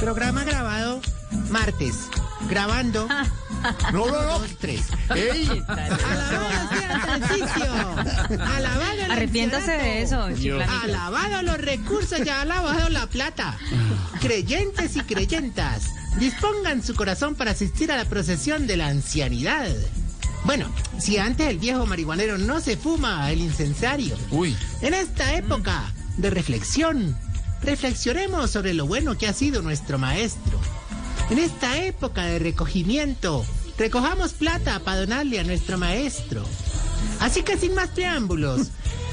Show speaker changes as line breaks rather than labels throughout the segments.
Programa grabado martes. Grabando.
Ah.
No, no, no.
Dos, tres.
¡Ey!
¡Alabado sea Tarcisio! ¡Alabado el
Arrepiéntase de
ancianato!
eso,
Ah,
chiflamito.
Alabado los recursos, ya ha alabado la plata. Creyentes y creyentas, dispongan su corazón para asistir a la procesión de la ancianidad. Bueno, si antes el viejo marihuanero no se fuma el incensario.
Uy.
En esta época de reflexión, reflexionemos sobre lo bueno que ha sido nuestro maestro. En esta época de recogimiento, recojamos plata para donarle a nuestro maestro. Así que sin más preámbulos,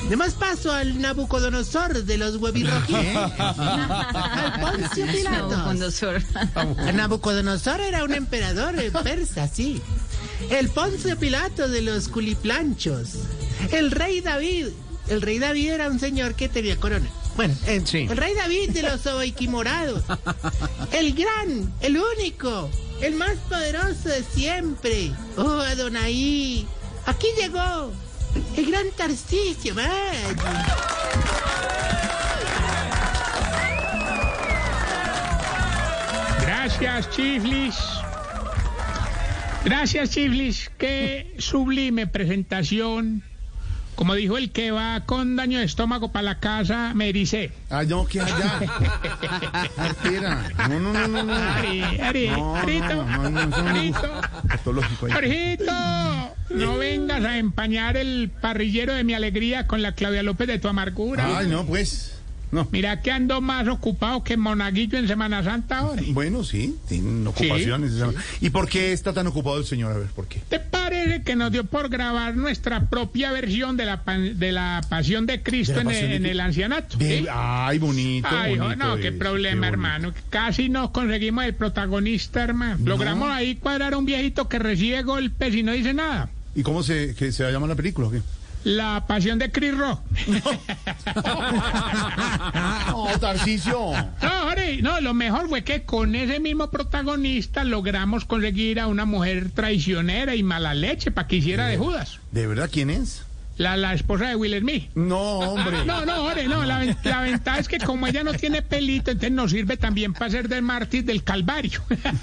demos paso al Nabucodonosor de los huevirrojitos. al Poncio
No,
Pilatos.
Condosor.
Nabucodonosor era un emperador eh, persa, sí. El Poncio Pilato de los culiplanchos. El rey David. El rey David era un señor que tenía corona. Bueno, eh,
Sí.
el rey David de los oiquimorados. El gran, el único, el más poderoso de siempre. Oh, Adonai. Aquí llegó el gran Tarcisio, vaya.
Gracias, Chiflis. Gracias, Chiflis. Qué sublime presentación. Como dijo el que va con daño de estómago para la casa, me ericé.
Ah, no, que allá. Espera. No, no, no, no, no.
Ari, Ari,
No, no,
Arito,
no, no, no, no.
Arito,
Patológico ahí.
Jorgito, no vengas a empañar el parrillero de mi alegría con la Claudia López de tu amargura.
Ay, no, pues. No.
Mira que ando más ocupado que Monaguillo en Semana Santa ahora.
Bueno, sí, tienen ocupaciones. ¿Y por qué está tan ocupado el señor? A ver, ¿por qué?
¿Te parece que nos dio por grabar nuestra propia versión de la, pan- de la Pasión de Cristo
¿De la
en,
Pasión
el,
de
en
Cristo?
el ancianato?
De-
¿sí?
Ay, bonito.
Ay, hijo,
bonito
no, qué
es,
problema,
bonito.
hermano. Casi nos conseguimos el protagonista, hermano. Logramos ahí cuadrar a un viejito que recibe golpes y no dice nada.
¿Y cómo se, que se llama la película? o qué?
La Pasión de Cristo. Ah,
No, Tarcicio.
No, Jorge, no, lo mejor fue que con ese mismo protagonista logramos conseguir a una mujer traicionera y mala leche para que hiciera de Judas.
¿De verdad quién es?
La, la esposa de Will Smith.
No, hombre.
No, no, Jorge, no. La, ven- la ventaja es que como ella no tiene pelito, entonces nos sirve también para ser del mártir del Calvario.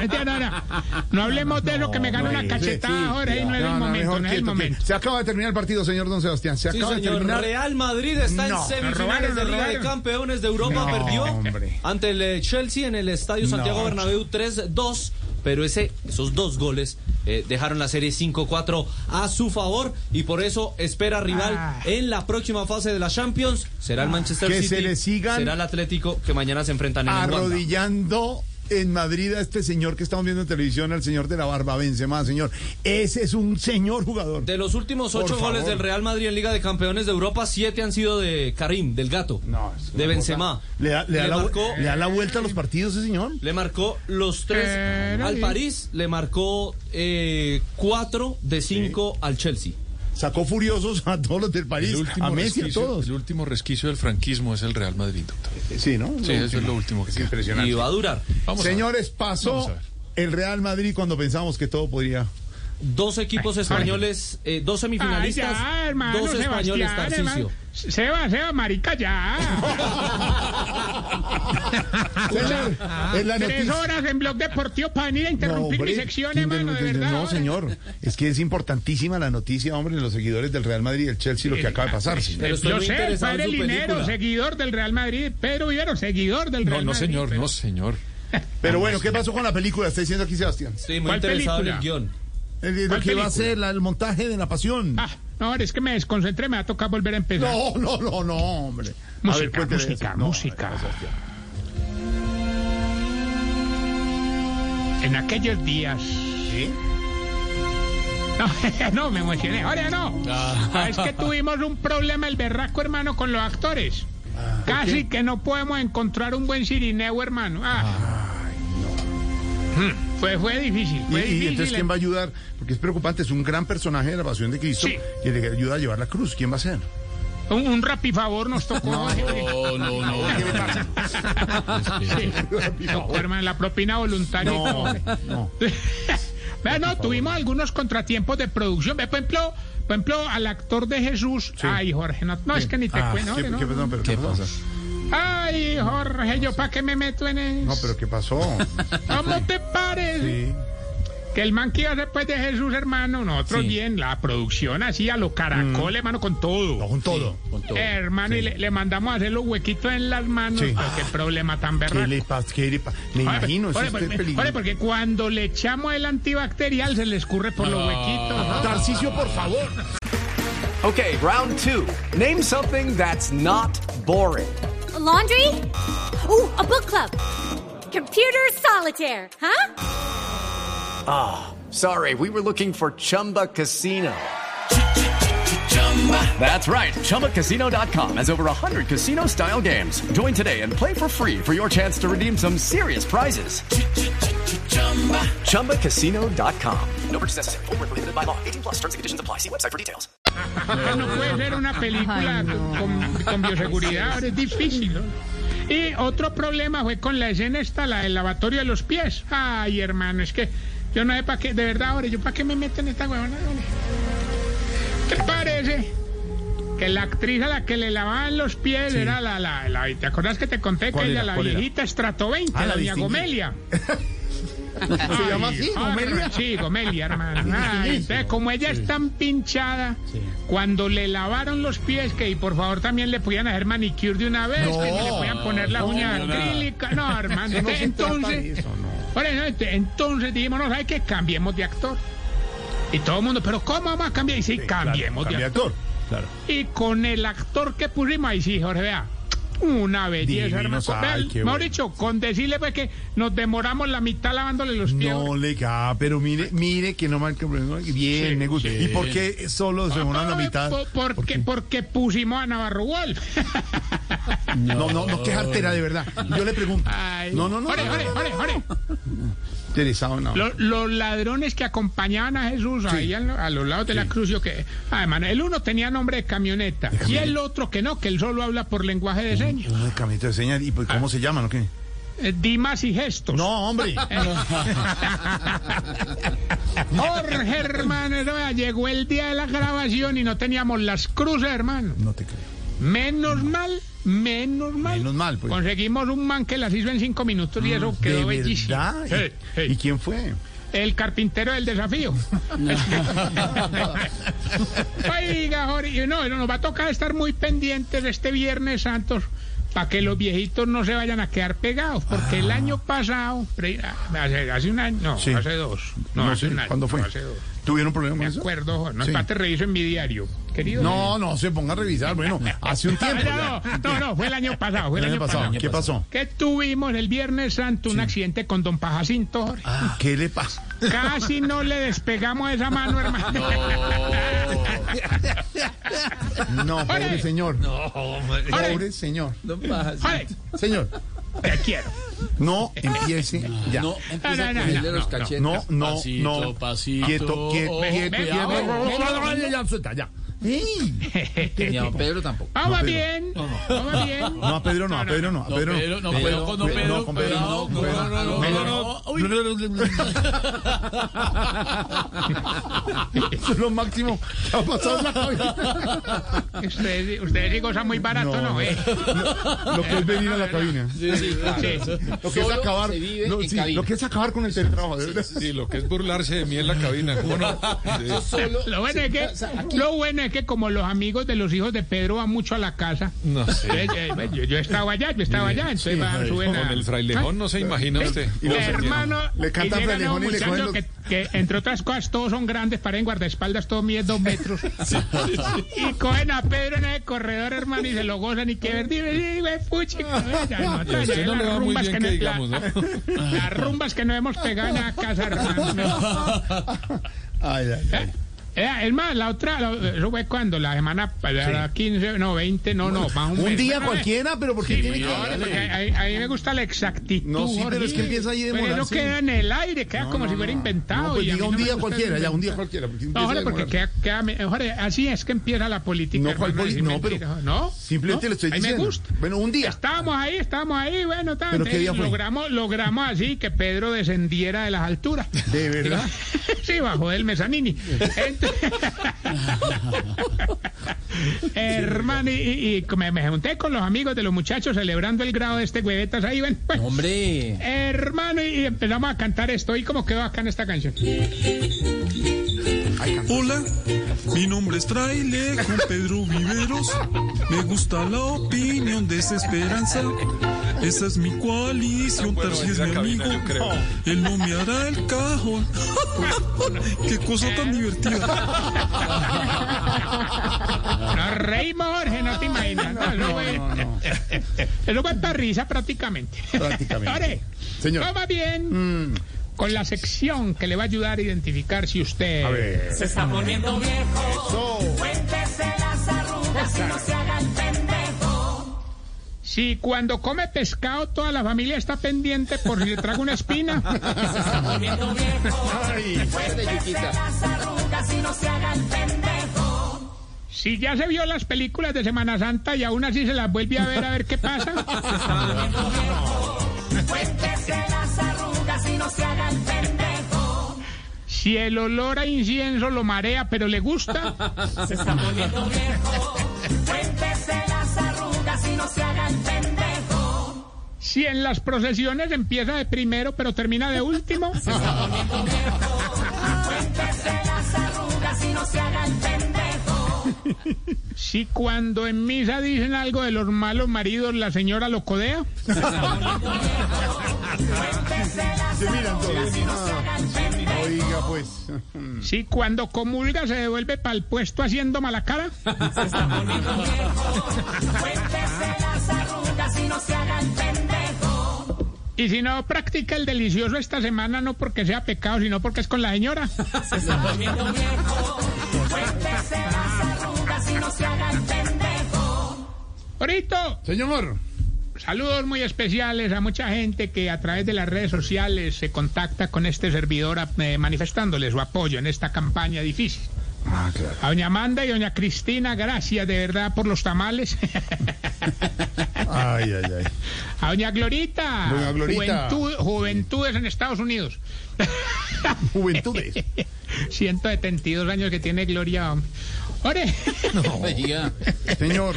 Mentira, no, no. No hablemos de lo que me gana
no
una
es,
cachetada, Jorge, ahí no es el momento,
mejor
no es el
quieto,
momento.
quieto. Se acaba de terminar el partido, señor Don Sebastián. Se
Sí,
acaba de
señor.
terminar.
Real Madrid está
No,
en semifinales
nos robaron,
de
nos
Liga de
robaron.
Campeones de Europa.
No,
perdió
hombre.
ante el eh, Chelsea en el Estadio Santiago
No.
Bernabéu 3-2. Pero ese, esos dos goles eh, dejaron la serie 5-4 a su favor y por eso espera rival
Ah.
en la próxima fase de la Champions. Será el Manchester
Ah. Que
City.
se le sigan
será el Atlético que mañana se enfrentan en el Wanda.
arrodillando en Madrid a este señor que estamos viendo en televisión, al señor de la barba Benzema, señor. Ese es un señor jugador.
De los últimos
Por
ocho goles
favor.
del Real Madrid en Liga de Campeones de Europa, siete han sido de Karim, del gato,
No, es una
de Benzema.
cosa- Le da, le da la, vu-
marcó-
le da la vuelta a los partidos ese señor.
Le marcó los tres
Eh,
al
sí.
París, le marcó eh, cuatro de cinco al Chelsea.
Sacó furiosos a todos los del París,
El
a
último,
Messi, a
resquicio,
todos.
el último resquicio del franquismo es el Real Madrid. doctor.
Sí, ¿no?
Sí, eso es lo último que
Es
queda.
impresionante.
Y va a durar
Vamos a ver.
Señores,
Vamos a
pasó
ver.
el Real Madrid cuando pensábamos que todo podría.
dos equipos españoles, eh, dos
Ay,
semifinalistas,
ya, hermano,
dos españoles,
Sebastián,
Tarcicio.
hermano. Seba, Seba, marica, ya.
Señor, es la
Tres
noticia.
horas en Blog Deportivo para venir a interrumpir mi
hombre,
sección,
¿quién
hermano, de
interrumpe?
verdad.
No,
ahora.
señor. Es que es importantísima la noticia, hombre, de los seguidores del Real Madrid y el Chelsea, lo que acaba de pasar. señor.
Pero estoy
Yo
muy
sé, el
interesado en
padre
su
Linero,
película.
seguidor del Real Madrid, Pedro Vivero, seguidor del
No,
Real
no,
Madrid.
señor,
pero-
no, señor.
Pero bueno, ¿qué pasó con la película? Está diciendo aquí Sebastián.
Estoy muy
¿Cuál
interesado en el
película?
guión.
El, lo
¿Cuál
que va
película?
a ser la- el montaje de La Pasión.
Ah, no, es que me desconcentré, me va a tocar volver a empezar.
No, no, no, no, hombre.
Música,
cuéntele eso.
música,
No,
música.
no, Sebastián.
En aquellos días
¿Sí?
No, no, me emocioné. Ahora no. Ah, Es que tuvimos un problema el berraco, hermano, con los actores.
Ah.
Casi que no podemos encontrar un buen sirineo, hermano. Ah. Hmm, Fue, fue difícil.
Y,
Fue
y
difícil.
entonces, ¿quién va a ayudar? Porque es preocupante, es un gran personaje de la Pasión de Cristo
Sí.
que le ayuda a llevar la cruz. ¿Quién va a ser?
Un, un rapifavor nos tocó.
No, no, no.
Sí. Tocó, hermano, la propina voluntaria. y todo.
no.
Vea, no, tuvimos algunos contratiempos de producción. Ve, por ejemplo, por ejemplo, al actor de Jesús. Ay, Jorge, no, no, es que ni te
Ah,
cuento.
¿qué,
no,
qué-
no.
perdón, pero ¿qué, pasa?
Ay, Jorge, yo para qué me meto en eso.
No, pero ¿qué pasó?
¿Cómo te parece?
Sí.
Que el man que iba después de Jesús, hermano, nosotros bien, la producción así a lo caracol, hermano, con todo.
Mm. No, con todo.
Eh, hermano, y le, le mandamos a hacer los huequitos en las manos.
Sí.
pero qué problema tan
¿Qué
berraco.
le pasa? ¿Qué le pasa? Me
Oye,
imagino, es
oye,
usted
porque-
peligroso.
oye, porque cuando le echamos el antibacterial se le escurre por los huequitos. ¿no?
Tarcisio, por favor.
Okay, round two. Name something that's not boring.
A laundry? Ooh, a book club. Computer solitaire, huh?
Sorry, we were looking for Chumba Casino. That's right. ChumbaCasino.com has over 100 casino style games. Join today and play for free for your chance to redeem some serious prizes. ChumbaCasino.com.
No purchase necessary. Void where prohibited by law. 18 plus terms and conditions apply. See website for details.
Ah, no puede ser una película con, con bioseguridad, es difícil. ¿no? Y otro problema fue con la escena esta, la del lavatorio de los pies. Ay, hermano, es que yo no sé para qué, de verdad, ahora, yo para qué me meto en esta huevona. hombre? ¿Te parece? Que la actriz a la que le lavaban los pies era la, la, la- ¿Te acuerdas que te conté que
¿Cuál
ella,
era?
la
¿Cuál era?
viejita Estrato 20,
Ah, la
la doña
distinguí.
Gomelia?
¿Se llama
Ay,
así?
Jorge,
¿Gomelia?
Sí, Gomelia, hermano. Ay, entonces, como ella es tan pinchada, cuando le lavaron los pies, que y por favor también le podían hacer manicure de una vez, que si le podían poner las uñas acrílicas. No, hermano.
No se trata de
entonces,
eso, no.
por eso, ent- entonces dijimos, no, ¿sabes qué? Cambiemos de actor. Y todo el mundo, ¿pero cómo vamos a cambiar? Y sí, cambiemos
Claro,
de
cambia
actor.
actor. Claro.
Y con el actor que pusimos ahí, sí, Jorge, vea. Una belleza,
Divinos,
hermano. Con-
ay,
vea,
qué
Mejor
bueno.
dicho, con decirle pues que nos demoramos la mitad lavándole los pies.
No le cae, pero mire, mire que no marca. Bien,
Sí,
me gusta.
sí.
¿Y por qué solo se demoran la
Ah,
mitad?
po- Porque, porque pusimos a Navarro Wolf.
No, no, no, qué jartera, de verdad. Yo le pregunto.
pues. Ay.
No, no, no.
Ore,
no,
ore,
no, no.
ore, ore.
Interesado, no.
Lo- Los, ladrones que acompañaban a Jesús ahí al- a, los lados de la cruz, yo que. Además, el uno tenía nombre de camioneta, y el otro que no, que él solo habla por lenguaje de señas.
Una camita de señas. ¿Y pues,
Ah.
cómo se llama, no qué?
Eh, Dimas y gestos.
No, hombre.
Jorge, hermano, eso, vea, llegó el día de la grabación y no teníamos las cruces, hermano.
No te creo.
Menos mal, menos mal.
Menos mal, pues. Mm,
Conseguimos un man que las hizo en cinco minutos y eso
¿De
quedó bellísimo.
verdad?
Sí, sí.
¿Y quién fue?
El carpintero del desafío. Oiga, Jorge, no, no, nos va a tocar estar muy pendientes este Viernes Santos para que los viejitos no se vayan a quedar pegados, porque el año pasado, pre- hace, hace un año, no,
Ah. Sí.
hace dos, no, hace
sé,
un año,
¿Cuándo fue?
no, hace dos.
¿Tuvieron problemas
Me
con eso?
acuerdo, Jorge, no,
Sí.
espérate, reviso en mi diario, querido.
No, no, se ponga a revisar. Bueno, hace un tiempo.
Ah,
ya.
no, no, no, fue el año pasado, fue el,
¿Qué
año
le pasó?
pasado.
¿Qué pasó?
Que tuvimos el Viernes Santo un accidente con Don Pajacinto. Jorge.
¿Qué le pasa?
Casi no le despegamos esa mano, hermano.
No, pobre
Ore.
señor.
Ore,
Pobre señor.
ore,
Señor,
te quiero.
no empiece ya. No,
No, no, no, no.
no, no.
Pasito,
no.
pasito.
Quieto, quieto,
Ve,
quieto,
ve,
quieto.
ve,
Ya, ya, ya, suelta, ya. Ey.
Ni a Pedro tampoco.
Vamos bien, vamos bien.
No, a Pedro no, a Pedro no, a Pedro no.
Pedro, no, Pedro, con- no, Pedro,
no, con Pedro no,
cuidado,
con Pedro
no, no,
no, Pedro
no,
no. Eso es lo máximo que ha pasado en la cabina.
Ustedes, ustedes sí gozan muy barato, ¿no?
No, no.
eh?
Lo que es venir a la cabina.
Sí.
Lo que es acabar. Lo, sí, lo que es acabar con el teletrabajo, de verdad.
Sí, lo que es burlarse de mí en la cabina, ¿cómo no? Sí.
Lo bueno, es que, lo bueno es que como los amigos de los hijos de Pedro van mucho a la casa,
No sé.
eh, eh, bueno, yo, yo estaba allá, yo estaba allá, entonces va, suben
Con
a-
el frailejón no se imagina usted.
Y los-
hermano,
le
y
cantan
llegan a un
Frelejón y le
muchacho
cogen los-
que, que, entre otras cosas, todos son grandes, paren guardaespaldas, todos miden dos metros. Y cogen a Pedro en el corredor, hermano, y se lo gozan. Y que ver, dime, sí, güey, puchi, güey, ya, no,
Y a usted
ya,
no
las
le va muy
rumbas
bien
que
que
no-
digamos, ¿no?
la- Las rumbas que no hemos pegado en la casa, hermano.
Ay, ay, ay.
¿Eh? Eh, es más, la otra, la- eso fue cuando, la semana pasada, 15, no, 20, no, no, más o menos.
Un día
Bueno,
cualquiera, pero porque tiene que
no,
hablar?
porque a, a- a mí me gusta la exactitud.
No, sí, pero es que
Jorge.
empieza ahí a
Pero eso
demorarse.
queda en el aire, queda como si fuera inventado.
No, pues
y a mí
diga
no
un
me
día
gusta
cualquiera,
eso.
ya un día cualquiera. porque
No,
empieza
Jorge,
a
porque queda,
demorarse.
queda me- Jorge, así es que empieza la política.
No, ¿cuál
hermano,
poli-
es
no, pero-
mentira, ¿no?
Simplemente
¿no?
le estoy
A mí
diciendo.
Me gusta.
Bueno, un día.
Estábamos ahí, estábamos ahí, bueno, tal.
¿Pero qué día fue?
logramos, logramos así que Pedro descendiera de las alturas.
¿De verdad?
sí, bajó del mezanini. Ent- Hermano, y, y- y me, me junté con los amigos de los muchachos celebrando el grado de este huevetas ahí, ven.
Hombre.
Hermano, y empezamos a cantar esto. ¿Y cómo quedó acá en esta canción?
Hola, mi nombre es Fraile Juan Pedro Viveros. Me gusta la opinión de esa esperanza. Esa es mi coalición,
puedo
Tarsi es mi
venir a cabina,
amigo.
yo creo.
Él no me hará el cajón. Qué cosa tan divertida.
Nos reímos, Jorge, no te imaginas. No, eso fue- Eso fue para risa prácticamente.
Prácticamente.
Jorge,
Señor.
Toma bien. Con la sección que le va a ayudar a identificar si usted.
A ver.
Se está poniendo viejo.
So,
Cuéntese las arrugas y no se haga el pendejo.
Si cuando come pescado toda la familia está pendiente por si le traga una espina.
Poniendo viejo. Cuéntese las arrugas y no se haga el pendejo.
Si ya se vio las películas de Semana Santa y aún así se las vuelve a ver a ver qué pasa.
Cuéntese las arrugas y no se haga el pendejo.
Si el olor a incienso lo marea pero le gusta.
Se está poniendo viejo. Cuéntese las arrugas y no se haga el pendejo.
Si en las procesiones empieza de primero pero termina de último.
Cuéntese las arrugas y no se haga el pendejo.
Si cuando en misa dicen algo de los malos maridos la señora lo codea.
Cuéntese las
se miran todos.
arrugas y no se haga el pendejo.
Ah,
Oiga, pues.
Si cuando comulga se devuelve para el puesto haciendo mala cara.
Cuéntese las arrugas y no se haga el pendejo.
Y si no practica el delicioso esta semana no porque sea pecado sino porque es con la señora.
Cuéntese las arrugas y no se haga el pendejo.
Orito.
Señor.
Saludos muy especiales a mucha gente que a través de las redes sociales se contacta con este servidor eh, manifestándole su apoyo en esta campaña difícil.
Ah, claro.
A doña Amanda y doña Cristina, gracias de verdad por los tamales.
Ay, ay, ay.
a doña Glorita,
Doña Glorita.
Juventud- juventudes en Estados Unidos.
Juventudes.
172 años que tiene Gloria. hombre. Ore.
Oiga.
Señor,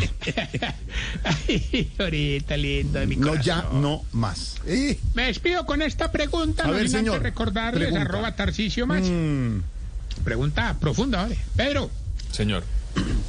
Ay, Glorita, lindo de mi
no
corazón.
ya, no más. Eh,
Me despido con esta pregunta.
A
no
ver,
sin antes
señor,
Recordarles
pregunta. Mm.
arroba Tarcicio Más. Pregunta profunda, hombre. Pedro,
Señor.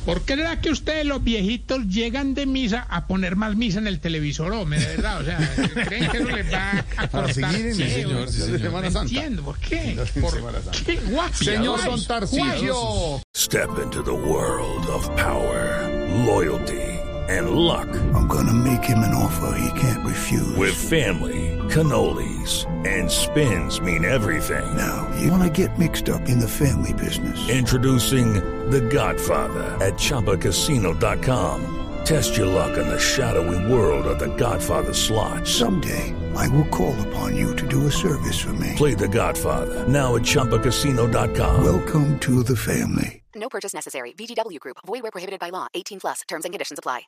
¿por qué será que ustedes los viejitos llegan de misa a poner más misa en el televisor, hombre? De verdad, o sea, ¿creen que eso les va a
para
cortar?
seguir en
Sí,
el
hombre,
señor,
sí,
de
señor.
Semana
no
Santa.
entiendo, ¿por qué?
Semana Santa.
¿Por qué? Guay,
Señor
guay,
Don
guay.
Tarcisio.
Step into the world of power, loyalty, and luck. I'm going to make him an offer he can't refuse. With family, cannolis, and spins mean everything. Now, you want to get mixed up in the family business. Introducing The Godfather at ChumbaCasino.com. Test your luck in the shadowy world of The Godfather slot. Someday, I will call upon you to do a service for me. Play The Godfather now at ChumbaCasino.com. Welcome to the family.
No purchase necessary. VGW Group. Void where prohibited by law. 18 plus. Terms and conditions apply.